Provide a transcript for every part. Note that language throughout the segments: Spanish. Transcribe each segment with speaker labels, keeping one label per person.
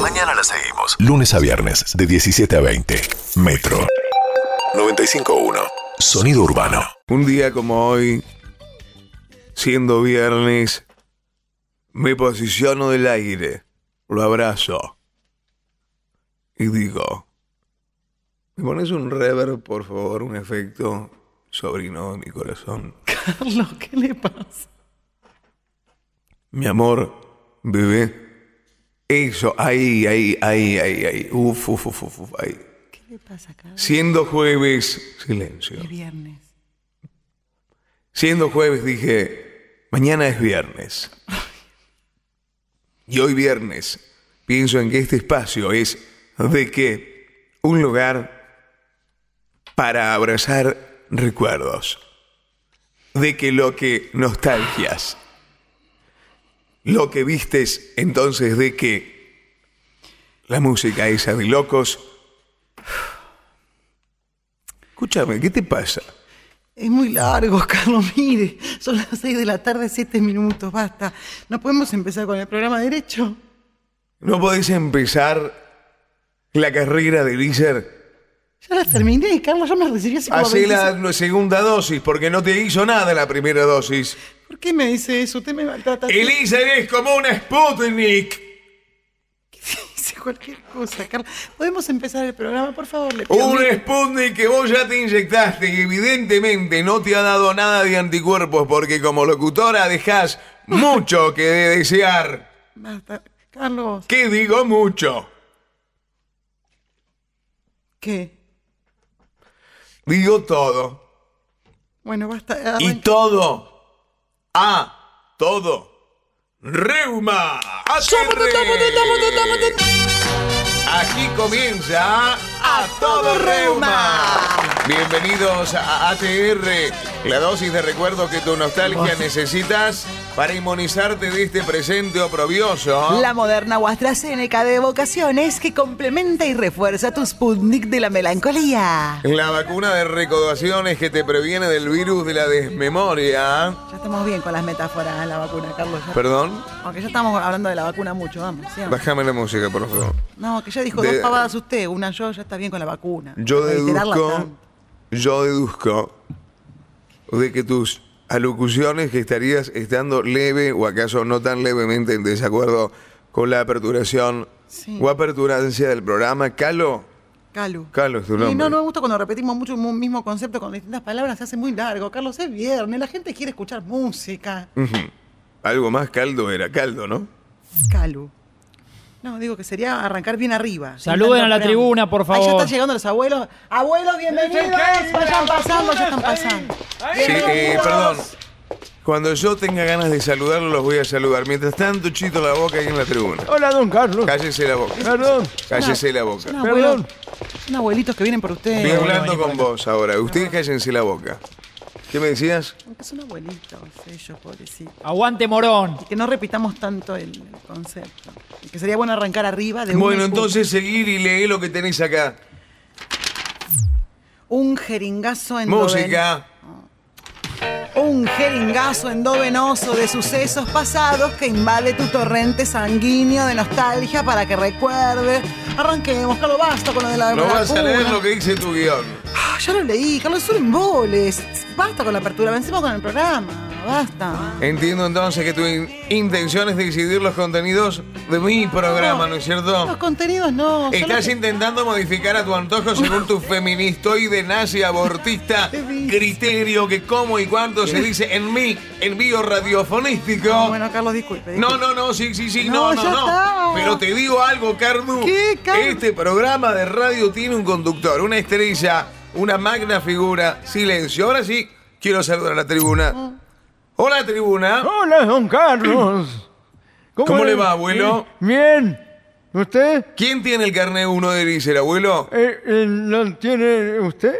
Speaker 1: Mañana la seguimos. Lunes a viernes, de 17 a 20. Metro 95.1. Sonido urbano.
Speaker 2: Un día como hoy, siendo viernes, me posiciono del aire, lo abrazo y digo, ¿me pones un reverb, por favor, un efecto, sobrino de mi corazón?
Speaker 3: Carlos, ¿qué le pasa?
Speaker 2: Mi amor, bebé. Eso, ahí, ahí, ahí, ahí, ahí. Uf, uf, uf, uf, uf, ahí.
Speaker 3: ¿Qué le pasa, Carlos?
Speaker 2: Siendo jueves, silencio.
Speaker 3: Es viernes.
Speaker 2: Siendo jueves dije, mañana es viernes. Y hoy viernes pienso en que este espacio es de que un lugar para abrazar recuerdos, de que lo que nostalgias, lo que vistes entonces de que la música esa de locos. Escúchame, ¿qué te pasa?
Speaker 3: Es muy largo, Carlos, mire. Son las 6 de la tarde, 7 minutos, basta. No podemos empezar con el programa derecho.
Speaker 2: ¿No podés empezar la carrera de Lizer?
Speaker 3: Ya la terminé, Carlos, ya me recibí hace como
Speaker 2: Hacé
Speaker 3: 25.
Speaker 2: Ah, la segunda dosis porque no te hizo nada la primera dosis.
Speaker 3: ¿Por qué me dice eso? Usted me maltrata.
Speaker 2: Elizar es como una Sputnik.
Speaker 3: Dice cualquier cosa, Carlos. ¿Podemos empezar el programa, por favor? Le pido
Speaker 2: Un
Speaker 3: mil-
Speaker 2: Sputnik que vos ya te inyectaste y evidentemente no te ha dado nada de anticuerpos porque como locutora dejás mucho que de desear.
Speaker 3: Basta. Carlos,
Speaker 2: ¿Qué digo mucho?
Speaker 3: ¿qué?
Speaker 2: Digo todo.
Speaker 3: Bueno, basta.
Speaker 2: Y
Speaker 3: arranca.
Speaker 2: todo. A todo. Reuma. ATR. Aquí comienza A todo Reuma. Bienvenidos a ATR, la dosis de recuerdo que tu nostalgia necesitas para inmunizarte de este presente oprobioso.
Speaker 4: La moderna o AstraZeneca de vocaciones que complementa y refuerza tu Sputnik de la melancolía.
Speaker 2: La vacuna de recodaciones que te previene del virus de la desmemoria.
Speaker 4: Ya estamos bien con las metáforas de la vacuna, Carlos. ya-
Speaker 2: Perdón,
Speaker 4: Aunque ya estamos hablando de la vacuna mucho, vamos. ¿sí?
Speaker 2: bájame la música, por favor.
Speaker 4: No, que ya dijo
Speaker 2: De-
Speaker 4: dos pavadas usted, una yo, ya está bien con la vacuna.
Speaker 2: Yo
Speaker 4: Reiterarla
Speaker 2: deduzco,
Speaker 4: tanto.
Speaker 2: yo deduzco de que tus alocuciones que estarías estando leve o acaso no tan levemente en desacuerdo con la aperturación
Speaker 3: Sí.
Speaker 2: o aperturancia del programa. Calo,
Speaker 3: Calu.
Speaker 2: Calo es tu
Speaker 3: Y
Speaker 2: nombre.
Speaker 3: no, no me gusta cuando repetimos mucho un mismo concepto con distintas palabras, se hace muy largo. Carlos, es viernes, la gente quiere escuchar música.
Speaker 2: Algo más caldo era caldo, ¿no?
Speaker 3: Calu. No, digo que sería arrancar bien arriba.
Speaker 5: Saluden
Speaker 3: Sin
Speaker 5: a la
Speaker 3: tanto
Speaker 5: tribuna, por
Speaker 3: Ahí ya
Speaker 5: favor.
Speaker 3: están llegando los abuelos. Abuelos, bienvenidos. Vayan pasando, ya están pasando.
Speaker 2: Sí, eh, perdón. Cuando yo tenga ganas de saludarlos, los voy a saludar. Mientras tanto, chito la boca ahí en la tribuna.
Speaker 5: Hola, don Carlos.
Speaker 2: Cállese la boca.
Speaker 5: Perdón.
Speaker 2: Cállese la boca.
Speaker 3: Son abuelos,
Speaker 5: Perdón.
Speaker 3: son abuelitos que vienen por
Speaker 2: Estoy
Speaker 3: ustedes.
Speaker 2: hablando con vos ahora. Ustedes cállense la boca. ¿Qué me decías?
Speaker 3: Aunque son abuelitos ellos, pobrecitos.
Speaker 5: Aguante, morón.
Speaker 3: Y que no repitamos tanto el, el concepto. Y que sería bueno arrancar arriba de una
Speaker 2: Bueno,
Speaker 3: y punto.
Speaker 2: entonces seguir y leer lo que tenéis acá.
Speaker 3: Un jeringazo en
Speaker 2: Música.
Speaker 4: Un jeringazo endovenoso de sucesos pasados que invade tu torrente sanguíneo de nostalgia para que recuerde. Arranquemos, Carlos, basta con lo de la
Speaker 2: No
Speaker 4: la
Speaker 2: vas a leer
Speaker 4: vacuna.
Speaker 2: lo que dice tu guión.
Speaker 4: Ah, ya lo leí, Carlos, son emboles. Basta con la apertura, vencemos con el programa. Basta.
Speaker 2: Entiendo entonces que tu in- intención es decidir los contenidos de mi programa, ¿no es
Speaker 3: Los
Speaker 2: cierto?
Speaker 3: contenidos no. son los
Speaker 2: Estás
Speaker 3: que-
Speaker 2: intentando modificar a tu antojo según tu feministoide nazi abortista criterio que cómo y cuánto se dice en mi envío radiofonístico.
Speaker 3: Bueno, Carlos, disculpe.
Speaker 2: No, no, no, sí, sí, sí, no, no,
Speaker 3: No, ya
Speaker 2: no.
Speaker 3: está.
Speaker 2: Pero te digo algo, Cardu.
Speaker 3: ¿Qué, Cardu?
Speaker 2: Este programa de radio tiene un conductor, una estrella, una magna figura. Silencio. Ahora sí, quiero saludar a la tribuna. Hola, tribuna.
Speaker 6: Hola, don Carlos.
Speaker 2: ¿Cómo le va, abuelo?
Speaker 6: Bien. ¿Usted?
Speaker 2: ¿Quién tiene el carnet 1 de Eris, el abuelo?
Speaker 6: Eh, eh, ¿Lo tiene usted?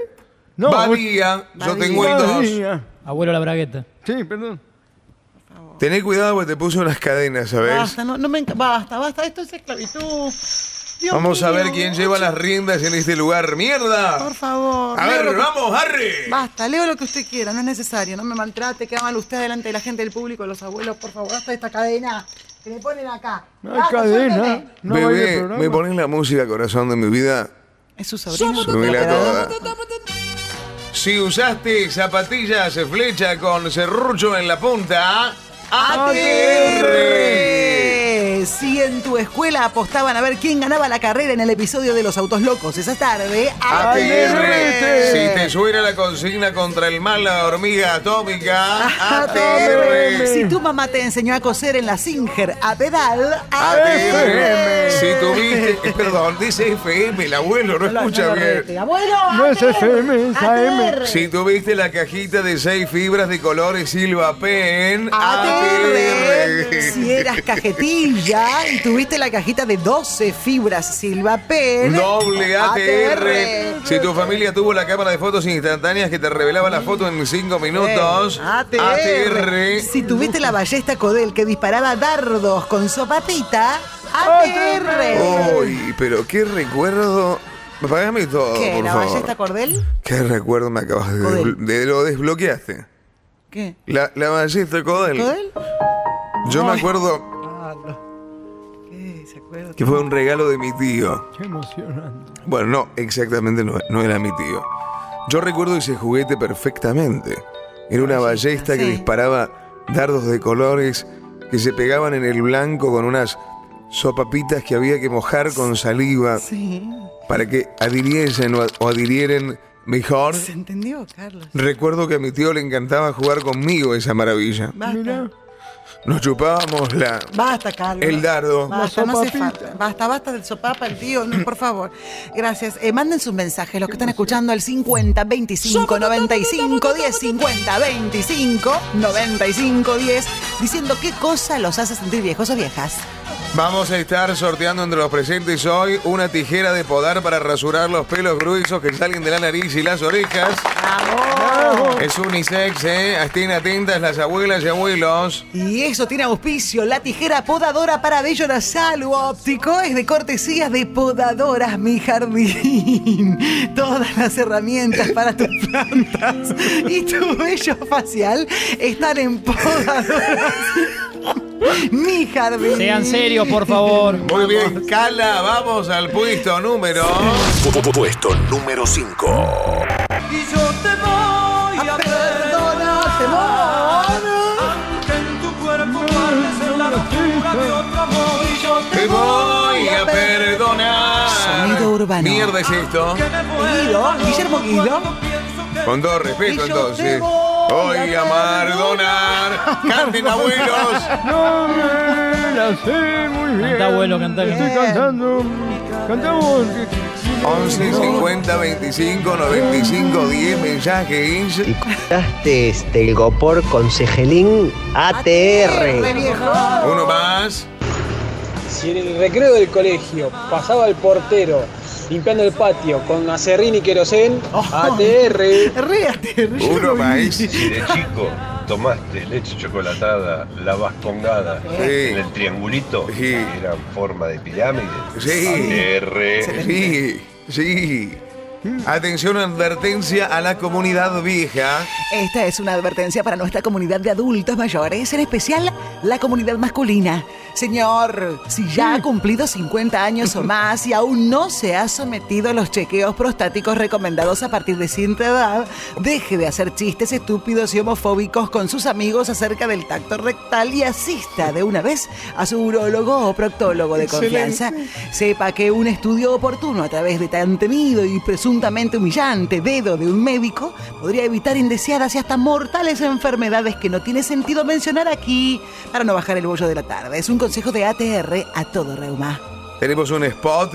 Speaker 6: No.
Speaker 2: Badía, yo
Speaker 3: Badía.
Speaker 2: tengo el
Speaker 6: usted-
Speaker 2: 2.
Speaker 5: Abuelo la bragueta.
Speaker 6: Sí, perdón.
Speaker 2: Tené cuidado porque te puse unas cadenas, ¿sabes?
Speaker 3: Basta, no, no me enca- Basta, basta, esto es esclavitud. Dios
Speaker 2: Vamos a
Speaker 3: mío.
Speaker 2: ver quién lleva las riendas en este lugar. ¡Mierda!
Speaker 3: Por favor.
Speaker 2: A
Speaker 3: leo
Speaker 2: ver,
Speaker 3: lo que-
Speaker 2: vamos, Harry.
Speaker 3: Basta, leo lo que usted quiera, no es necesario. No me maltrate, queda mal usted delante de la gente del público, los abuelos, por favor, hasta esta cadena.
Speaker 4: que le ponen acá.
Speaker 6: No
Speaker 4: Ah,
Speaker 6: hay cadena.
Speaker 4: suélteme.
Speaker 6: No baile el
Speaker 2: Bebé,
Speaker 6: programa.
Speaker 2: ¿me pones la música, corazón de mi vida?
Speaker 4: Es su sobrino.
Speaker 2: Súbela toda. Si usaste zapatillas flecha con serrucho en la punta, ATR.
Speaker 4: Eh, Si en tu escuela apostaban a ver quién ganaba la carrera en el episodio de los autos locos esa tarde,
Speaker 2: ATR.
Speaker 6: ATR.
Speaker 2: Si te suena la consigna contra el mal, la hormiga atómica,
Speaker 4: ATR.
Speaker 2: ATR.
Speaker 4: Si tu mamá te enseñó a coser en la Singer a pedal,
Speaker 2: ATR.
Speaker 4: ATR.
Speaker 2: Si tuviste. eh, Perdón, dice FM, el abuelo no escucha bien.
Speaker 4: Abuelo,
Speaker 6: No es FM, es AM.
Speaker 2: Si tuviste la cajita de seis fibras de colores Silva Pen, ATR.
Speaker 4: ATR. Si eras cajetilla y tuviste la cajita de 12 fibras Silva Pen.
Speaker 2: Doble ATR. Si tu familia tuvo la cámara de fotos instantáneas que te revelaba la foto en 5 minutos,
Speaker 4: ATR.
Speaker 2: ATR.
Speaker 4: Si tuviste la ballesta Codel que disparaba dardos con sopapita, ATR.
Speaker 2: Uy, pero qué recuerdo. Apagame todo,
Speaker 4: ¿Qué?
Speaker 2: Oh, por
Speaker 4: ¿La ballesta
Speaker 2: favor.
Speaker 4: Cordel?
Speaker 2: ¿Qué recuerdo me acabas de, desblo- de- lo desbloqueaste?
Speaker 4: ¿Qué?
Speaker 2: La, la ballesta Codel.
Speaker 4: ¿Codel? Ah,
Speaker 2: Yo me acuerdo
Speaker 4: ¿Qué? ¿Se acuerda?
Speaker 2: que fue un regalo de mi tío.
Speaker 6: Qué emocionante.
Speaker 2: Bueno, no, exactamente no, no era mi tío. Yo recuerdo ese juguete perfectamente. Era una ballesta que
Speaker 4: sí.
Speaker 2: disparaba dardos de colores que se pegaban en el blanco con unas sopapitas que había que mojar con saliva
Speaker 4: Sí.
Speaker 2: para que adhiriesen o, o adhirieren mejor.
Speaker 4: ¿Se entendió, Carlos?
Speaker 2: Recuerdo que a mi tío le encantaba jugar conmigo esa maravilla.
Speaker 4: Basta.
Speaker 6: Mirá,
Speaker 2: Nos chupábamos la...
Speaker 4: Basta, Carlos.
Speaker 2: El dardo.
Speaker 4: Basta,
Speaker 6: La
Speaker 4: no hace
Speaker 6: sopapita.
Speaker 4: falta. Basta, basta del sopapa, el tío. No, por favor. Gracias. Eh, manden sus mensajes, los que están escuchando al 50 25 95 10 50 25 95 10 diciendo qué cosa los hace sentir viejos o viejas.
Speaker 2: Vamos a estar sorteando entre los presentes hoy una tijera de podar para rasurar los pelos gruesos que salen de la nariz y las orejas. Es unisex, ¿eh? Estén atentas las abuelas y abuelos.
Speaker 4: Y eso tiene auspicio. La tijera podadora para Bello Nasal u óptico es de cortesías de Podadoras Mi Jardín. Todas las herramientas para tus plantas y tu bello facial están en Podadoras Mi Jardín.
Speaker 5: Sean serios, por favor.
Speaker 2: Muy bien, Cala, vamos al puesto número.
Speaker 1: Pu- pu- Puesto número 5.
Speaker 4: Ah, perdona, te voy.
Speaker 2: Te voy a perdonar.
Speaker 4: Sonido urbano.
Speaker 2: Mierda es esto.
Speaker 4: Guido, Guillermo Guido.
Speaker 2: Con todo respeto,
Speaker 4: Y yo te
Speaker 2: entonces.
Speaker 4: voy
Speaker 2: Voy a
Speaker 4: a
Speaker 2: perdonar. Canten, abuelos.
Speaker 6: No me la sé muy bien.
Speaker 5: Cantá, abuelo, cantá.
Speaker 6: Estoy cantando. Cantamos.
Speaker 2: 11 50 25 95 10 mensajes.
Speaker 7: Y compraste este, el Gopor con Cegelín ATR.
Speaker 4: viejo.
Speaker 2: Uno más.
Speaker 8: Si en el recreo del colegio pasaba el portero limpiando el patio con acerrín y querosén, ATR.
Speaker 4: Ríate,
Speaker 2: Uno más.
Speaker 9: Si de chico tomaste leche chocolatada, la vascongada
Speaker 2: Sí.
Speaker 9: en el triangulito,
Speaker 2: Sí.
Speaker 9: que era en forma de pirámide,
Speaker 2: Sí.
Speaker 9: ATR.
Speaker 2: Sí. Sí. Atención, advertencia a la comunidad vieja.
Speaker 4: Esta es una advertencia para nuestra comunidad de adultos mayores, en especial la comunidad masculina. Señor, si ya ha cumplido 50 años o más y aún no se ha sometido a los chequeos prostáticos recomendados a partir de cierta edad, deje de hacer chistes estúpidos y homofóbicos con sus amigos acerca del tacto rectal y asista de una vez a su urólogo o proctólogo de confianza. Sepa que un estudio oportuno a través de tan temido y presuntamente humillante dedo de un médico podría evitar indeseadas y hasta mortales enfermedades que no tiene sentido mencionar aquí para no bajar el bollo de la tarde. Es un consejo de ATR a todo reuma.
Speaker 2: Tenemos un spot.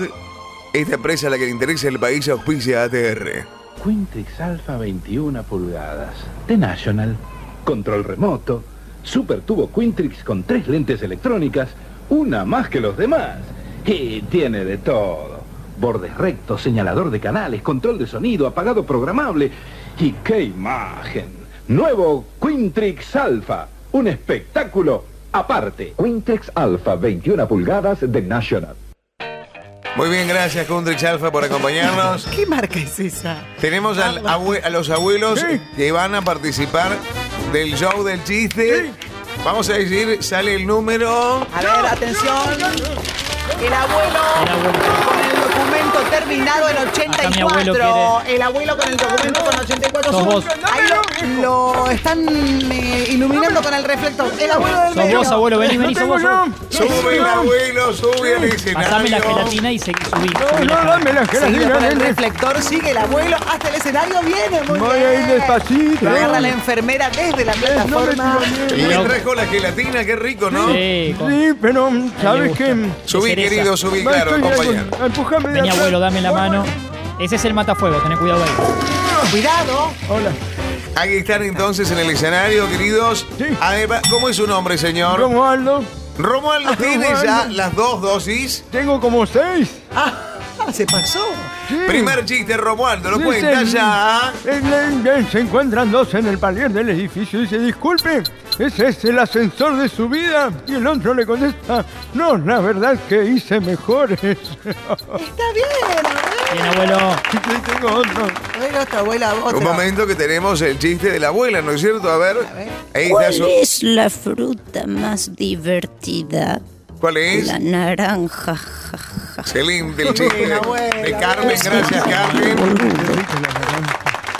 Speaker 2: Esta empresa a la que le interesa el país auspicia ATR.
Speaker 10: Quintrix Alpha 21 pulgadas, The National, control remoto, super tubo Quintrix con tres lentes electrónicas, una más que los demás. Y tiene de todo. Bordes rectos, señalador de canales, control de sonido, apagado programable. Y qué imagen. Nuevo Quintrix Alpha, un espectáculo aparte. Quintrix Alpha 21 pulgadas, The National.
Speaker 2: Muy bien, gracias, Kundrix Alfa, por acompañarnos.
Speaker 4: ¿Qué marca es esa?
Speaker 2: Tenemos al abue- a los abuelos
Speaker 6: Sí.
Speaker 2: que van a participar del show del chiste. Vamos a decir, sale el número.
Speaker 4: A ver, atención. El abuelo, con el documento terminado en
Speaker 5: Acá mi abuelo
Speaker 4: 84. El abuelo con el documento con 84.
Speaker 5: Sos
Speaker 4: Sube.
Speaker 5: vos.
Speaker 4: Ahí lo, lo están eh, iluminando con el reflector. El abuelo del
Speaker 5: Sos
Speaker 4: medio.
Speaker 5: vos, abuelo, vení, vení, sos vos. sos vos.
Speaker 2: Sube el abuelo, sube al escenario.
Speaker 5: Pasame la gelatina y seguí subí. subí la
Speaker 6: No, dame la
Speaker 4: Seguido por
Speaker 6: gelatina,
Speaker 4: el
Speaker 6: nene.
Speaker 4: reflector, sigue el abuelo hasta el escenario. Viene, muy
Speaker 6: Voy
Speaker 4: bien.
Speaker 6: a ir despacito.
Speaker 4: Agarra a la enfermera desde la
Speaker 6: No me
Speaker 4: plataforma.
Speaker 6: tiro
Speaker 2: Y
Speaker 6: bien.
Speaker 2: le trajo la gelatina, qué rico, ¿no?
Speaker 5: Sí, con-
Speaker 6: Sí, pero
Speaker 5: le
Speaker 6: ¿sabes
Speaker 5: gusta.
Speaker 6: qué?
Speaker 2: Subí,
Speaker 5: cereza.
Speaker 2: querido, subí,
Speaker 6: Va,
Speaker 2: claro,
Speaker 6: estoy algo-
Speaker 2: acompañar.
Speaker 6: Empujame de
Speaker 5: Vení,
Speaker 6: atrás.
Speaker 5: abuelo, dame la mano. Ese es el matafuego, tené cuidado ahí.
Speaker 4: Cuidado.
Speaker 6: Hola,
Speaker 2: Aquí están entonces en el escenario, queridos.
Speaker 6: Sí.
Speaker 2: Además, ¿cómo es su nombre, señor?
Speaker 6: Romualdo.
Speaker 2: Romualdo tiene
Speaker 6: Romualdo.
Speaker 2: ya las dos dosis.
Speaker 6: Tengo como seis.
Speaker 4: Ah, se pasó.
Speaker 6: Sí.
Speaker 2: Primer chiste, Romualdo, lo
Speaker 6: Sí,
Speaker 2: cuenta
Speaker 6: sí.
Speaker 2: ya.
Speaker 6: Eh, eh, eh, Se encuentran dos en el palier del edificio y dice, disculpe, ¿ese es el ascensor de su vida? Y el otro le contesta, no, la verdad es que hice mejores.
Speaker 4: Está bien, abuelo.
Speaker 5: Bien, abuelo.
Speaker 6: Y tengo otro.
Speaker 4: Abuelo, tu abuela,
Speaker 2: Un
Speaker 4: otra.
Speaker 2: momento que tenemos el chiste de la abuela, ¿no es cierto? A ver.
Speaker 4: ver.
Speaker 2: Ahí está
Speaker 11: ¿Cuál
Speaker 2: su-
Speaker 11: es la fruta más divertida?
Speaker 2: ¿Cuál es?
Speaker 11: La naranja. ja, ja, ja.
Speaker 2: Excelente el chiste de,
Speaker 4: abuela,
Speaker 2: de Carmen. Gracias, Carmen.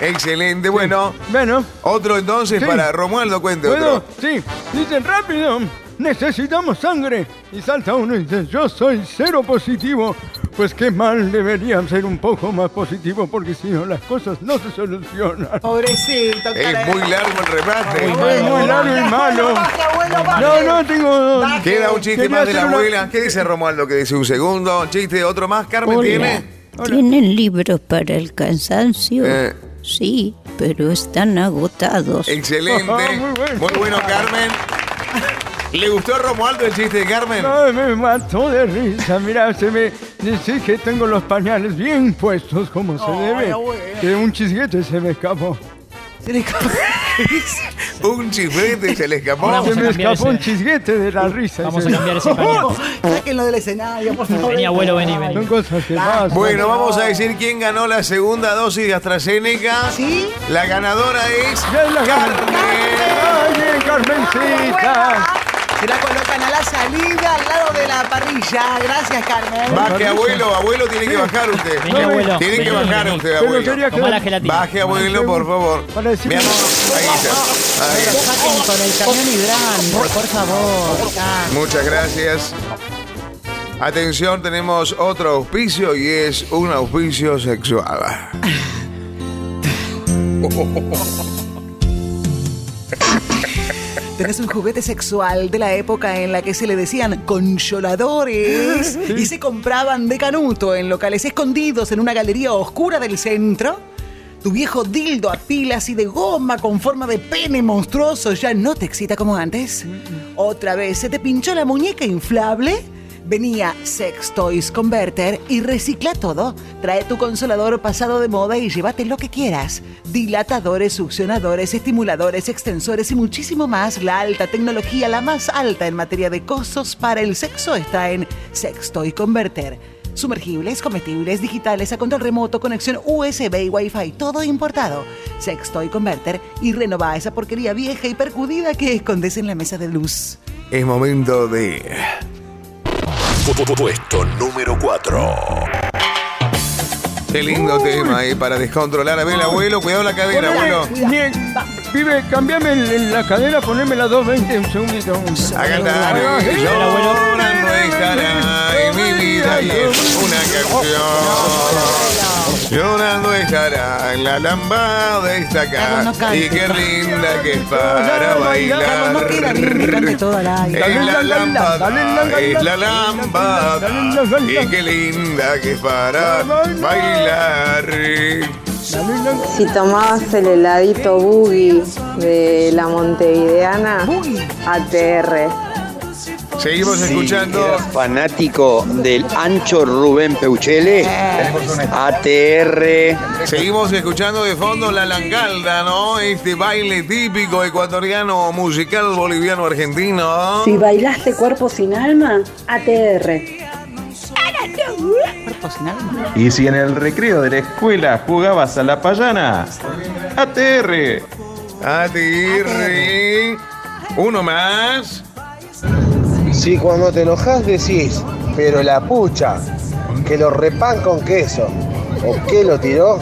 Speaker 2: Excelente. Bueno,
Speaker 6: Bueno,
Speaker 2: otro entonces
Speaker 6: Sí.
Speaker 2: para Romualdo, cuente
Speaker 6: ¿puedo?
Speaker 2: otro.
Speaker 6: Sí, dicen rápido, necesitamos sangre. Y salta uno y dice, yo soy cero positivo. Pues qué mal deberían ser un poco más positivo porque si no las cosas no se solucionan.
Speaker 4: Pobrecito,
Speaker 2: Es
Speaker 4: caray.
Speaker 2: muy largo el remate.
Speaker 5: Muy
Speaker 6: Es
Speaker 5: malo.
Speaker 6: muy largo y malo.
Speaker 4: Baje, abuelo, baje.
Speaker 6: No, no, tengo dos.
Speaker 4: Baje.
Speaker 2: Queda un chiste
Speaker 6: Quería
Speaker 2: más de la
Speaker 6: hacer una-
Speaker 2: abuela. ¿Qué dice Romualdo? Que dice un segundo. Chiste, otro más. Carmen
Speaker 11: Hola.
Speaker 2: tiene.
Speaker 11: ¿Tienen libros para el cansancio?
Speaker 2: Eh.
Speaker 11: Sí, pero están agotados.
Speaker 6: Eh,
Speaker 2: Excelente.
Speaker 6: Muy
Speaker 2: muy,
Speaker 6: bueno.
Speaker 2: bueno, Carmen. ¿Le gustó a Romualdo el chiste de Carmen?
Speaker 6: Ay, me mató de risa, mira, se me dice que tengo los pañales bien puestos como se
Speaker 4: Ay,
Speaker 6: debe.
Speaker 4: abuela.
Speaker 6: Que un chisguete se me escapó.
Speaker 4: Se le escapó.
Speaker 2: Un chiflete se le escapó.
Speaker 5: Vamos
Speaker 6: Se
Speaker 5: a
Speaker 6: me
Speaker 5: cambiar
Speaker 6: escapó un
Speaker 5: ese.
Speaker 6: chisguete de la risa.
Speaker 5: Vamos
Speaker 6: Se-
Speaker 5: a cambiar ese pañal.
Speaker 4: Sáquenlo del escenario, por favor.
Speaker 5: Vení, abuelo, vení, vení.
Speaker 6: Son cosas que pasan.
Speaker 2: Bueno, vamos a decir quién ganó la segunda dosis de AstraZeneca.
Speaker 4: ¿Sí?
Speaker 2: La ganadora es
Speaker 6: Ya es la
Speaker 2: Carmen.
Speaker 6: Ay, bien, Carmencita.
Speaker 4: Se la colocan a la salida, al lado de la parrilla. Gracias, Carmen.
Speaker 2: Baje, abuelo. Abuelo tiene que bajar usted.
Speaker 5: Vení, abuelo.
Speaker 2: Tiene que
Speaker 5: Vení,
Speaker 2: bajar
Speaker 5: vení.
Speaker 2: usted,
Speaker 6: Pero
Speaker 2: abuelo.
Speaker 6: quería
Speaker 5: Tomá la
Speaker 6: que...
Speaker 5: gelatina.
Speaker 2: Baje, abuelo, por favor.
Speaker 6: Para decir-
Speaker 2: Mi
Speaker 6: Ah,
Speaker 2: amor, ahí está. Ahí está.
Speaker 4: Saquen con el camión hidrante, por favor. Ah,
Speaker 2: Muchas gracias. Atención, tenemos otro auspicio y es un auspicio sexual.
Speaker 4: Tenés un juguete sexual de la época en la que se le decían consoladores y se compraban de canuto en locales escondidos en una galería oscura del centro. Tu viejo dildo a pilas y de goma con forma de pene monstruoso ya no te excita como antes. Otra vez se te pinchó la muñeca inflable. Venía Sex Toys Converter y recicla todo. Trae tu consolador pasado de moda y llévate lo que quieras. Dilatadores, succionadores, estimuladores, extensores y muchísimo más. La alta tecnología, la más alta en materia de costos para el sexo está en Sex Toy Converter. Sumergibles, comestibles, digitales, a control remoto, conexión USB y Wi-Fi, todo importado. Sex Toy Converter y renová esa porquería vieja y percudida que escondes en la mesa de luz.
Speaker 2: Es momento de.
Speaker 1: Puesto número 4.
Speaker 2: Qué lindo tema ahí para descontrolar. A ver, abuelo, cuidado la cadera, abuelo.
Speaker 6: Bien, Vive, cambiame el- el- la cadena, poneme la 220 un segundito.
Speaker 2: Acá está.
Speaker 6: Ah, sí.
Speaker 2: Llora no estará en mi vida y es una canción. Llorando estará en la lámpara de esta
Speaker 4: Carlos, no
Speaker 2: casa.
Speaker 4: cante.
Speaker 2: Y qué linda que es para
Speaker 4: Carlos, no queda bien, que cante
Speaker 2: bailar.
Speaker 4: todo al aire.
Speaker 2: Es la lámpara, es la lámpara. Y qué linda que es para bailar.
Speaker 12: Si tomabas el heladito boogie de la Montevideana, ATR.
Speaker 2: Seguimos escuchando.
Speaker 7: Era fanático del ancho Rubén Peuchele, ATR.
Speaker 2: Seguimos escuchando de fondo la langalda, ¿no? Este baile típico ecuatoriano, musical, boliviano, argentino.
Speaker 12: Si bailaste cuerpo sin alma, ATR.
Speaker 4: Cuerpo sin alma.
Speaker 10: Y si en el recreo de la escuela jugabas a la payana, ATR.
Speaker 2: A ti, re. Uno más.
Speaker 13: Si cuando te enojas decís, pero la pucha, que lo repan con queso, o que lo tiró,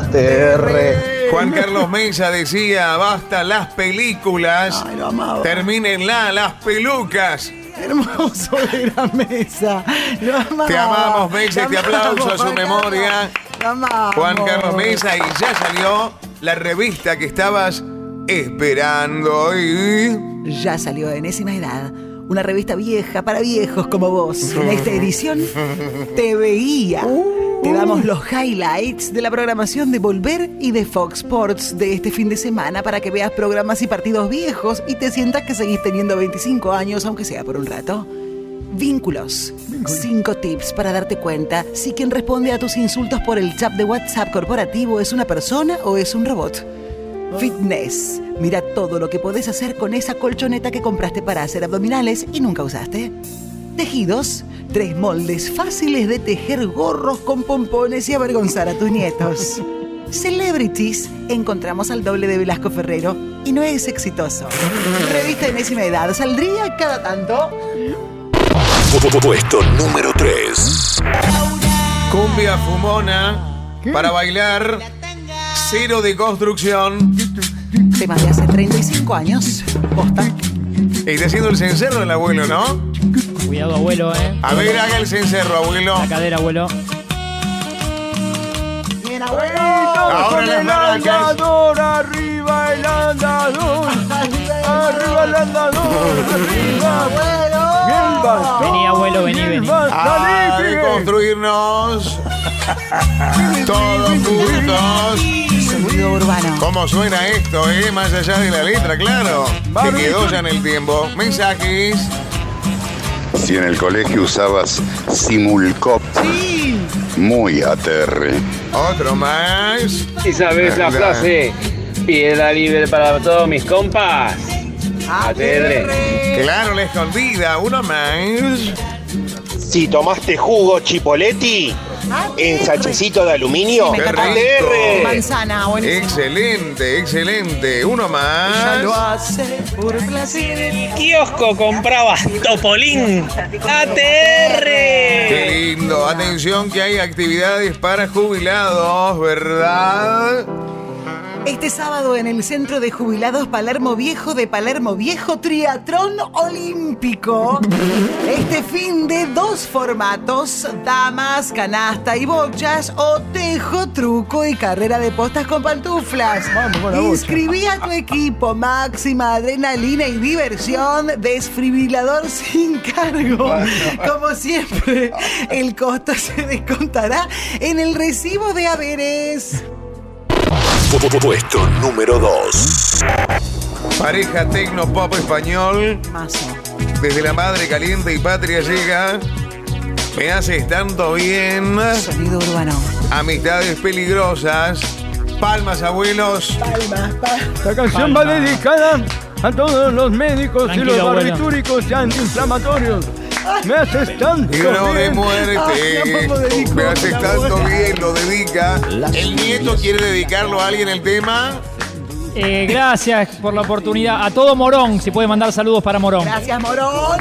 Speaker 13: ATR.
Speaker 2: Juan Carlos Mesa decía, basta las películas, termínenla las pelucas.
Speaker 3: Hermoso era Mesa. Lo amaba.
Speaker 2: Te amamos, Mesa,
Speaker 3: Lo
Speaker 2: te aplauso a su
Speaker 3: amamos,
Speaker 2: memoria.
Speaker 3: Lo amamos.
Speaker 2: Juan Carlos Mesa y ya salió la revista que estabas esperando y...
Speaker 4: Ya salió Enésima Edad, una revista vieja para viejos como vos. En esta edición te veía. Te damos los highlights de la programación de Volver y de Fox Sports de este fin de semana para que veas programas y partidos viejos y te sientas que seguís teniendo 25 años, aunque sea por un rato. Vínculos. Cinco tips para darte cuenta si quien responde a tus insultos por el chat de WhatsApp corporativo es una persona o es un robot. Fitness. Mira todo lo que podés hacer con esa colchoneta que compraste para hacer abdominales y nunca usaste. Tejidos. Tres moldes fáciles de tejer gorros con pompones y avergonzar a tus nietos. Celebrities. Encontramos al doble de Velasco Ferrero y no es exitoso. Revista Enésima Edad. Saldría cada tanto.
Speaker 1: Puesto número 3.
Speaker 2: Cumbia fumona para bailar. Cero de construcción.
Speaker 4: Tema de hace 35 años. Posta.
Speaker 2: Está haciendo el cencerro el abuelo, ¿no?
Speaker 5: Cuidado, abuelo, eh.
Speaker 2: A ver, haga el cencerro, abuelo.
Speaker 5: La cadera, abuelo.
Speaker 3: Bien, abuelo.
Speaker 2: Ahora las maracas.
Speaker 6: andador, arriba el andador. arriba el andador, arriba. Bien bastón.
Speaker 5: Vení, abuelo, vení, vení.
Speaker 2: A reconstruirnos. Todos juntos.
Speaker 4: Sonido urbano.
Speaker 2: ¿Cómo suena esto, eh? Más allá de la letra, claro. Se quedó ya en el tiempo. Mensajes.
Speaker 14: Si en el colegio usabas Simulcop, muy ATR.
Speaker 2: Otro más.
Speaker 8: ¿Y sabes la frase? Piedra libre para todos mis compas. ATR.
Speaker 2: Claro, la escondida. Uno más.
Speaker 13: Si tomaste jugo Chipoletti en sachecito de aluminio,
Speaker 2: Qué rico.
Speaker 13: ATR.
Speaker 4: Manzana, buenísimo.
Speaker 2: Excelente, excelente. Uno
Speaker 4: Ya lo
Speaker 2: más.
Speaker 4: hace por placer.
Speaker 8: Kiosco comprabas Topolín. ATR.
Speaker 2: Qué lindo. Atención que hay actividades para jubilados, ¿verdad?
Speaker 4: Este sábado en el Centro de Jubilados Palermo Viejo de Palermo Viejo Triatrón Olímpico. Este fin de dos formatos, damas, canasta y bochas o tejo, truco y carrera de postas con pantuflas.
Speaker 6: con la bocha.
Speaker 4: Inscribí a tu equipo, máxima adrenalina y diversión, desfibrilador sin cargo. Como siempre, el costo se descontará en el recibo de haberes.
Speaker 1: Puesto número 2.
Speaker 2: Pareja Tecno Pop Español.
Speaker 4: Mazo.
Speaker 2: Desde la madre caliente y patria llega. Me haces tanto bien.
Speaker 4: Sonido urbano.
Speaker 2: Amistades peligrosas. Palmas, abuelos.
Speaker 4: Palmas, palmas.
Speaker 6: La canción va dedicada a todos los médicos
Speaker 5: Tranquilo,
Speaker 6: y los
Speaker 5: abuelo.
Speaker 6: barbitúricos y antiinflamatorios. Me haces tanto
Speaker 2: Libro de
Speaker 6: bien.
Speaker 2: muerte. Me haces tanto bien, lo dedica. El nieto quiere dedicarlo a alguien el tema.
Speaker 5: Eh, gracias por la oportunidad. A todo Morón, si puede mandar saludos para Morón.
Speaker 4: Gracias, Morón.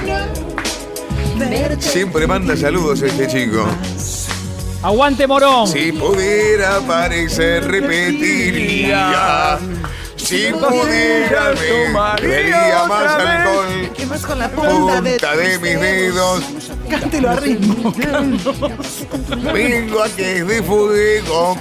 Speaker 2: Siempre manda saludos este chico.
Speaker 5: Aguante Morón.
Speaker 2: Si pudiera parecer repetiría. Si pudiera me bebería más alcohol.
Speaker 3: Que más con la punta de,
Speaker 2: Punta de mis dedos,
Speaker 3: Cántelo a ritmo.
Speaker 2: vengo a que es de fuego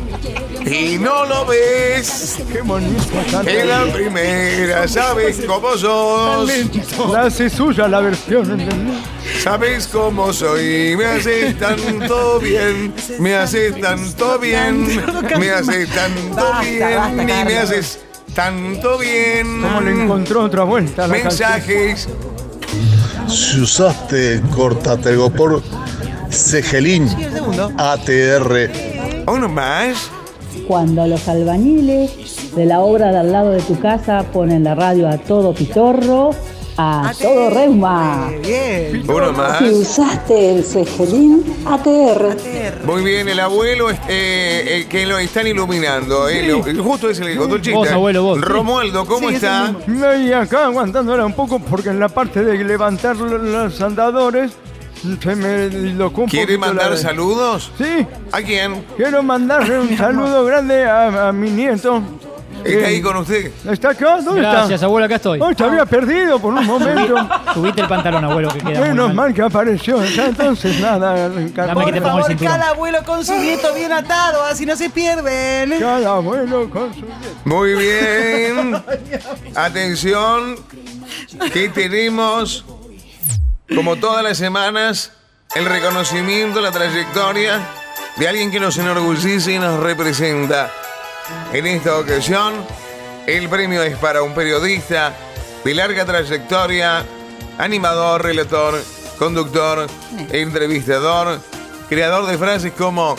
Speaker 2: y no lo ves.
Speaker 6: Qué bonito. tanto
Speaker 2: En la primera sabes cómo sos,
Speaker 6: bien. La hace suya la versión, ¿entendés?
Speaker 2: sabes cómo soy. Me haces tanto bien, me haces tanto bien, me haces tanto
Speaker 4: Basta, basta,
Speaker 2: bien y me
Speaker 4: Carlos.
Speaker 2: haces tanto bien.
Speaker 6: Como
Speaker 15: Mm.
Speaker 6: le encontró otra vuelta a la canción.
Speaker 2: Mensajes.
Speaker 16: Si usaste cortategopor Segelín ATR.
Speaker 2: Uno más.
Speaker 12: Cuando los albañiles de la obra de al lado de tu casa ponen la radio a todo pitorro, a todo reuma.
Speaker 2: Uno más.
Speaker 12: Si usaste el cegelín ATR.
Speaker 2: Muy bien, el abuelo es- eh, eh, que lo están iluminando. eh, lo- justo es el que contó el chiste.
Speaker 6: Vos, abuelo, vos.
Speaker 2: Romualdo, ¿cómo está?
Speaker 6: Y acá aguantándola un poco porque en la parte de levantar lo- los andadores se me locó un
Speaker 2: ¿Quiere
Speaker 6: poquito
Speaker 2: mandar
Speaker 6: la-
Speaker 2: saludos?
Speaker 6: Sí.
Speaker 2: ¿A quién?
Speaker 6: Quiero mandarle un saludo grande a, a mi nieto.
Speaker 2: ¿Está ahí
Speaker 6: Eh,
Speaker 2: con usted?
Speaker 6: ¿Está acá? ¿Dónde está?
Speaker 5: Gracias, abuelo, acá estoy.
Speaker 6: Ay, te
Speaker 15: Ah,
Speaker 6: había perdido por un momento.
Speaker 5: Subite el pantalón, abuelo, que queda.
Speaker 6: Menos
Speaker 5: muy mal.
Speaker 6: mal que apareció. Ya entonces, nada. Carlos.
Speaker 5: que te
Speaker 4: Por
Speaker 5: pongo el
Speaker 4: favor,
Speaker 5: cinturón.
Speaker 4: cada abuelo con su nieto bien atado, así no se pierden.
Speaker 6: Cada abuelo con su
Speaker 2: Muy bien. Atención. Que tenemos, como todas las semanas, el reconocimiento, la trayectoria de alguien que nos enorgullece y nos representa. En esta ocasión, el premio es para un periodista de larga trayectoria, animador, relator, conductor, entrevistador, creador de frases como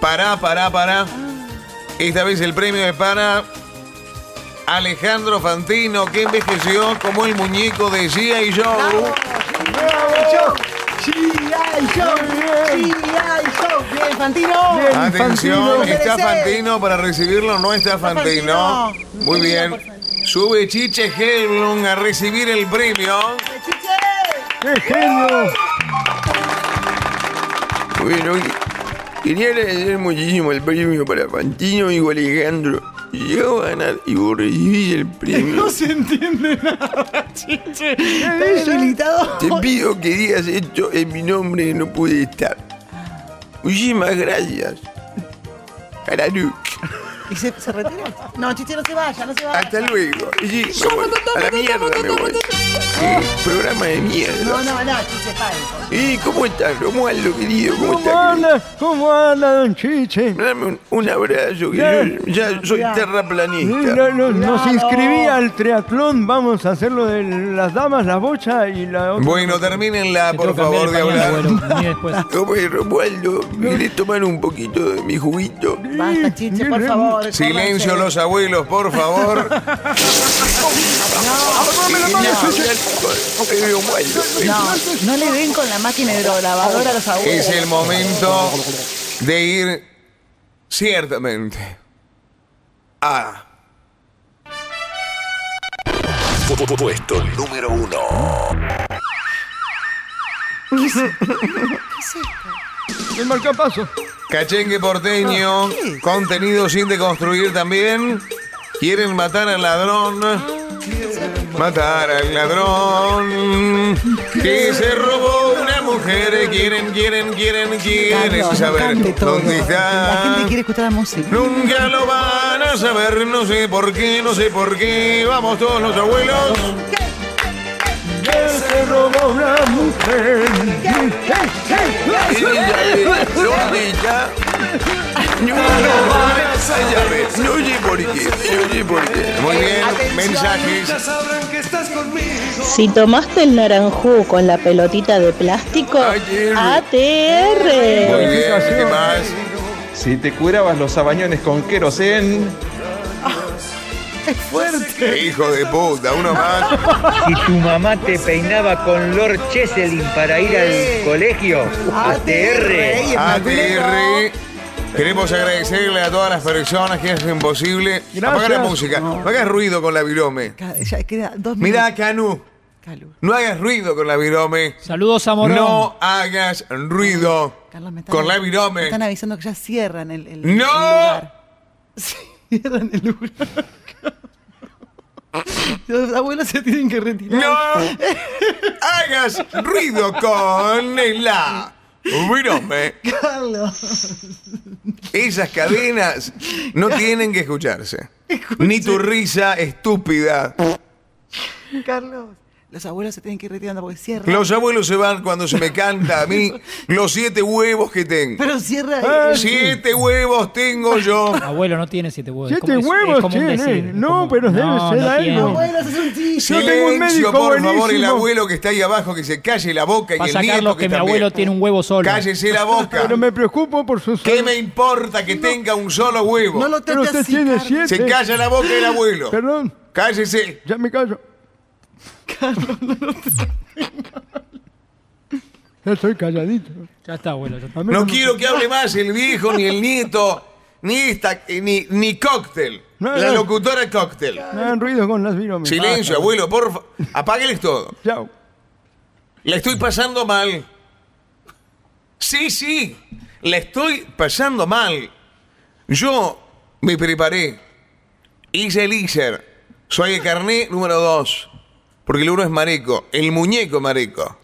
Speaker 2: pará, pará, pará. Esta vez el premio es para Alejandro Fantino, que envejeció como el muñeco de G.I. Joe.
Speaker 4: G.I. Joe, G.I. Joe, bien, Fantino.
Speaker 2: Atención, está
Speaker 4: Merece.
Speaker 2: Fantino para recibirlo, no está Fantino.
Speaker 4: Fantino.
Speaker 2: Muy bien. Sube Chiche Helblum a recibir el premio.
Speaker 6: ¡Qué genio!
Speaker 15: Bueno, quería agradecer muchísimo el premio para Fantino y Alejandro. Yo a ganar y vos recibís el premio.
Speaker 4: No se entiende nada, chiche. Está debilitado.
Speaker 15: Te pido que digas esto en mi nombre, no pude estar. Muchísimas gracias. Caraluc.
Speaker 4: ¿Y se, se retira? No, chiche, no se vaya, no se vaya.
Speaker 15: Hasta luego. Y sí, me voy. A la mierda me voy. Eh, programa de
Speaker 4: No,
Speaker 15: mierda.
Speaker 4: no, no, chiche, falta.
Speaker 15: ¿Y cómo estás, Romualdo, querido? ¿Cómo
Speaker 6: ¿Cómo
Speaker 15: estás?
Speaker 6: anda? ¿Cómo anda, don Chiche?
Speaker 15: Dame un, un abrazo, que yo ya soy terraplanista.
Speaker 6: No, no, Nos inscribí al triatlón, vamos a hacerlo de las damas, la bocha y la otra.
Speaker 2: Bueno, termínenla, por
Speaker 6: tengo que
Speaker 2: favor, de
Speaker 6: cambiar el
Speaker 2: hablar.
Speaker 6: pañal,
Speaker 15: ¿Cómo es, Romualdo? ¿Querés tomar un poquito de mi juguito?
Speaker 4: Basta, chiche, por favor.
Speaker 2: Silencio los abuelos, por favor.
Speaker 4: No, no le den con la máquina hidrolavadora a los abuelos.
Speaker 2: Es el momento de ir ciertamente a
Speaker 1: Puesto número uno.
Speaker 4: ¿Qué es
Speaker 6: El marcapaso.
Speaker 2: Cachengue
Speaker 4: Ah,
Speaker 2: porteño, contenido sin deconstruir también. Quieren matar al ladrón. Matar al ladrón que se robó una mujer. Quieren, quieren, quieren, quieren
Speaker 4: Carlos, cante
Speaker 2: saber
Speaker 4: todo.
Speaker 2: dónde
Speaker 4: La gente
Speaker 2: está.
Speaker 4: quiere escuchar la música.
Speaker 2: Nunca lo van a saber, no sé por qué, no sé por qué. Vamos todos los abuelos.
Speaker 6: Que se robó una mujer.
Speaker 15: ¿Dónde está? No, no, esa llave. No sé por qué, no sé por qué.
Speaker 2: Muy bien, mensajes.
Speaker 17: Si tomaste el naranjú con la pelotita de plástico, ATR.
Speaker 2: Muy bien, ¿qué más?
Speaker 18: Si te curabas los sabañones con querosén.
Speaker 4: Es fuerte.
Speaker 2: Hijo de puta, uno más.
Speaker 19: Si tu mamá te peinaba con Lord Cheselin para ir al colegio,
Speaker 2: Ah.
Speaker 4: Ah,
Speaker 19: ATR.
Speaker 2: ATR. Queremos agradecerle a todas las personas que hacen posible.
Speaker 4: Gracias.
Speaker 2: Apaga la música. No, hagas ruido con la virome.
Speaker 4: Ca- Ya queda dos minutos.
Speaker 2: Mirá, Canu. No hagas ruido con la virome.
Speaker 5: Saludos a Morón.
Speaker 2: No hagas ruido con la
Speaker 4: Me
Speaker 2: virome.
Speaker 4: están avisando que ya cierran el, el- el
Speaker 2: ¡No!
Speaker 4: lugar. Cierran el lugar. Los abuelos se tienen que retirar.
Speaker 2: ¡No! ¡Hagas ruido con la virome!
Speaker 4: Carlos.
Speaker 2: Esas cadenas no tienen que escucharse. Ni tu risa estúpida.
Speaker 4: Carlos. Los abuelos se tienen que ir retirando porque cierran.
Speaker 2: Los abuelos se van cuando se me canta a mí los siete huevos que tengo.
Speaker 4: Pero cierra.
Speaker 2: Ah,
Speaker 4: el-
Speaker 2: siete huevos tengo yo.
Speaker 5: Abuelo no tiene siete huevos.
Speaker 6: Siete
Speaker 5: es- es
Speaker 6: huevos
Speaker 5: como un
Speaker 6: tiene.
Speaker 5: decir, es
Speaker 6: No,
Speaker 5: como-
Speaker 6: pero debe ser
Speaker 5: no
Speaker 6: algo.
Speaker 5: tiene.
Speaker 4: Abuelos, es un chiste.
Speaker 6: Yo tengo un
Speaker 2: Silencio,
Speaker 6: médico
Speaker 2: por favor, el
Speaker 6: buenísimo.
Speaker 2: abuelo que está ahí abajo, que se calle la boca y
Speaker 5: Pasa,
Speaker 2: el nieto
Speaker 5: Carlos,
Speaker 2: que,
Speaker 5: que mi
Speaker 2: también.
Speaker 5: abuelo tiene un huevo solo.
Speaker 2: Cállese la boca.
Speaker 6: Pero me preocupo por sus.
Speaker 2: ¿Qué me importa que tenga un solo huevo?
Speaker 4: No lo
Speaker 6: Pero
Speaker 4: trate
Speaker 6: usted
Speaker 4: así.
Speaker 6: tiene
Speaker 4: Carlos.
Speaker 6: siete.
Speaker 2: Se calla la boca el abuelo.
Speaker 6: Perdón,
Speaker 2: Cállese.
Speaker 6: ya me callo.
Speaker 20: Ya estoy calladito.
Speaker 5: Ya está, abuelo. ya está.
Speaker 2: No quiero que hable más el viejo, ni el nieto, ni esta, eh, ni, ni cóctel.
Speaker 20: No,
Speaker 2: la
Speaker 20: no.
Speaker 2: locutora cóctel.
Speaker 20: Me dan ruido con las viromes. Basta.
Speaker 2: Silencio, abuelo, por favor. Apágueles todo.
Speaker 20: Chao.
Speaker 2: La estoy pasando mal. Sí, sí. La estoy pasando mal. Yo me preparé. Hice el ISER. Soy el carné número 2. Porque el uno es mareco. El muñeco mareco.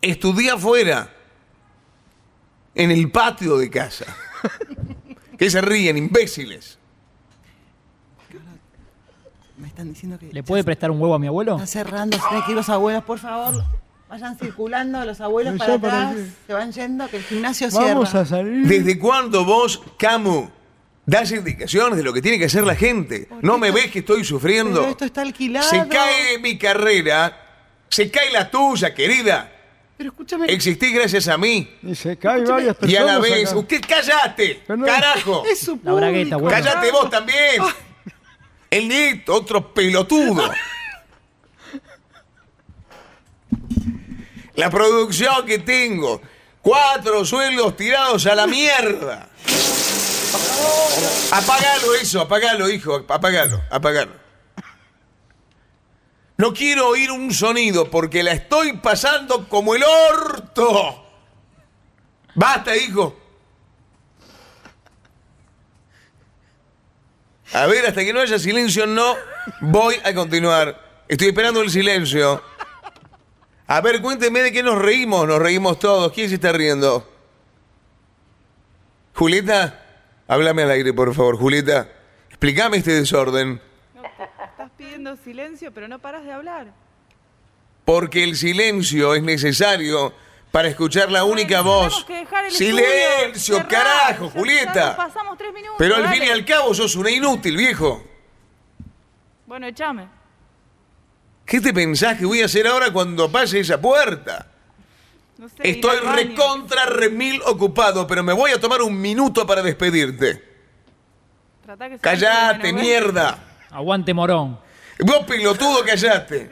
Speaker 2: Estudié afuera. En el patio de casa. que se ríen, imbéciles.
Speaker 4: Me están diciendo que
Speaker 5: ¿Le puede prestar un huevo a mi abuelo?
Speaker 4: están cerrando, se tienen que ir los abuelos, por favor. Vayan circulando los abuelos
Speaker 20: Ya
Speaker 4: para atrás,
Speaker 20: aparecí.
Speaker 4: se van yendo, que el gimnasio
Speaker 20: Vamos
Speaker 4: cierra.
Speaker 20: a salir.
Speaker 2: ¿Desde cuándo vos, Camus, das indicaciones de lo que tiene que hacer la gente? ¿No me ves que estoy sufriendo?
Speaker 4: Pero esto está alquilado.
Speaker 2: Se cae mi carrera, se cae la tuya, querida.
Speaker 4: Pero escúchame.
Speaker 2: Existís gracias a mí.
Speaker 20: Y se caen varias
Speaker 2: Y
Speaker 20: personas.
Speaker 2: a la vez,
Speaker 20: acá.
Speaker 2: usted cállate, carajo.
Speaker 4: Es su
Speaker 5: La bragueta,
Speaker 4: público.
Speaker 5: abuelo.
Speaker 2: Cállate vos también. El nieto, otro pelotudo. La producción que tengo. Cuatro sueldos tirados a la mierda. Apagalo eso, apagalo, hijo. Apagalo, apagalo. No quiero oír un sonido porque la estoy pasando como el orto. Basta, hijo. A ver, hasta que no haya silencio, no voy a continuar. Estoy esperando el silencio. A ver, cuénteme de qué nos reímos. Nos reímos todos. ¿Quién se está riendo? Julieta, háblame al aire, por favor. Julieta, explícame este desorden.
Speaker 9: Estás pidiendo silencio, pero no paras de hablar.
Speaker 2: Porque el silencio es necesario para escuchar la única voz.
Speaker 9: Tenemos que dejar el
Speaker 2: Silencio,
Speaker 9: estudio, cerrar,
Speaker 2: carajo,
Speaker 9: ya- ya nos
Speaker 2: Julieta.
Speaker 9: pasamos tres minutos.
Speaker 2: Pero al
Speaker 9: dale.
Speaker 2: fin y al cabo sos una inútil, viejo.
Speaker 9: Bueno, echame.
Speaker 2: ¿Qué te pensás que voy a hacer ahora cuando pase esa puerta?
Speaker 9: No sé, ir
Speaker 2: Estoy
Speaker 9: al baño.
Speaker 2: recontra remil ocupado, pero me voy a tomar un minuto para despedirte.
Speaker 9: Tratá que se-
Speaker 2: Callate,
Speaker 9: que no-
Speaker 2: mierda.
Speaker 5: Aguante, morón.
Speaker 2: Vos pelotudo, callate.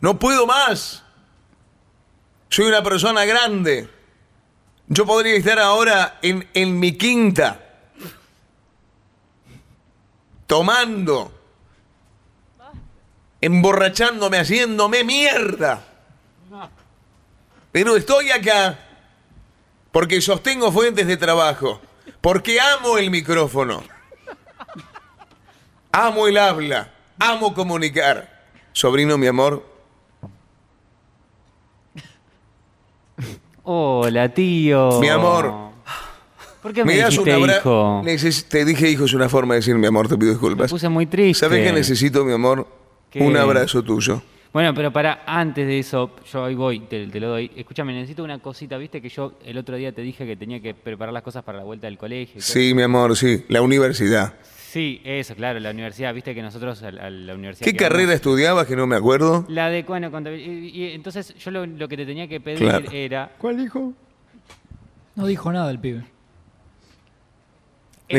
Speaker 2: No puedo más. Soy una persona grande. Yo podría estar ahora en, en mi quinta. Tomando. Emborrachándome, haciéndome mierda. Pero estoy acá porque sostengo fuentes de trabajo, porque amo el micrófono, amo el habla, amo comunicar. Sobrino, mi amor,
Speaker 6: Hola, tío.
Speaker 2: Mi amor.
Speaker 6: ¿Por qué me, dijiste,
Speaker 2: abra-
Speaker 6: hijo?
Speaker 2: Neces- Te dije hijo, es una forma de decir mi amor, te pido disculpas.
Speaker 6: Puse muy triste.
Speaker 2: ¿Sabes qué necesito, mi amor?
Speaker 6: ¿Qué?
Speaker 2: Un abrazo tuyo.
Speaker 6: Bueno, pero para antes de eso, yo ahí voy, te, te lo doy. Escúchame, necesito una cosita, viste que yo el otro día te dije que tenía que preparar las cosas para la vuelta del colegio. y todo?
Speaker 2: Sí, mi amor, sí, la universidad.
Speaker 6: Sí, eso, claro, la universidad, viste que nosotros a, la- a la universidad.
Speaker 2: ¿Qué
Speaker 6: que vamos-
Speaker 2: carrera estudiabas que no me acuerdo?
Speaker 6: La de, bueno, contabil- y, y entonces yo lo, lo que te tenía que pedir
Speaker 2: Claro.
Speaker 6: era.
Speaker 20: ¿Cuál hijo?
Speaker 5: No dijo nada el pibe.
Speaker 6: Era una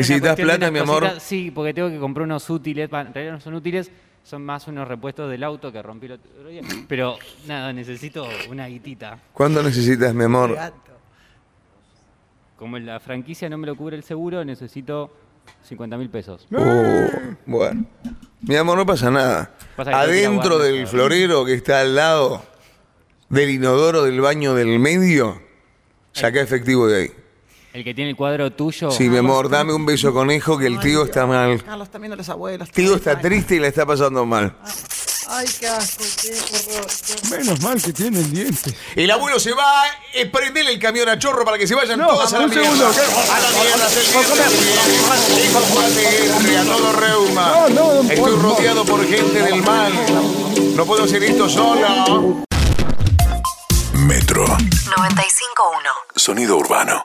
Speaker 2: ¿Necesitas
Speaker 6: cuestión de
Speaker 2: plata,
Speaker 6: unas
Speaker 2: mi amor?
Speaker 6: cositas- Sí, porque tengo que comprar unos útiles. va, En realidad no son útiles, son más unos repuestos del auto que rompí el otro día. Pero nada, necesito una guitita.
Speaker 2: ¿Cuándo necesitas, mi amor?
Speaker 6: Como la franquicia no me lo cubre el seguro, necesito 50 mil pesos.
Speaker 2: Oh, bueno. Mi amor, no pasa nada.
Speaker 6: Pasa que
Speaker 2: Adentro
Speaker 6: tengo que ir a
Speaker 2: del
Speaker 6: guardar.
Speaker 2: florero que está al lado del inodoro del baño del medio, saca efectivo de ahí.
Speaker 6: El que tiene el cuadro
Speaker 20: Oh.
Speaker 6: tuyo.
Speaker 2: Sí, mi amor, dame un beso conejo que el tío está mal.
Speaker 4: Carlos también a los abuelos.
Speaker 2: Tío está triste y la está pasando mal.
Speaker 20: Ah.
Speaker 4: Ay, qué asco, qué horror. qué horror.
Speaker 20: Menos mal que tienen dientes.
Speaker 2: El abuelo se va a prender el camión a chorro para que se vayan
Speaker 20: No,
Speaker 2: todas a la
Speaker 20: un
Speaker 2: mierda.
Speaker 20: segundo,
Speaker 2: A la mierda, se viene. Hijo fuerte, a todo reuma.
Speaker 20: No, no, don
Speaker 2: Estoy
Speaker 20: Paul, no.
Speaker 2: rodeado por gente del mal. No puedo hacer esto solo.
Speaker 1: Metro.
Speaker 21: 95.1.
Speaker 1: Sonido urbano.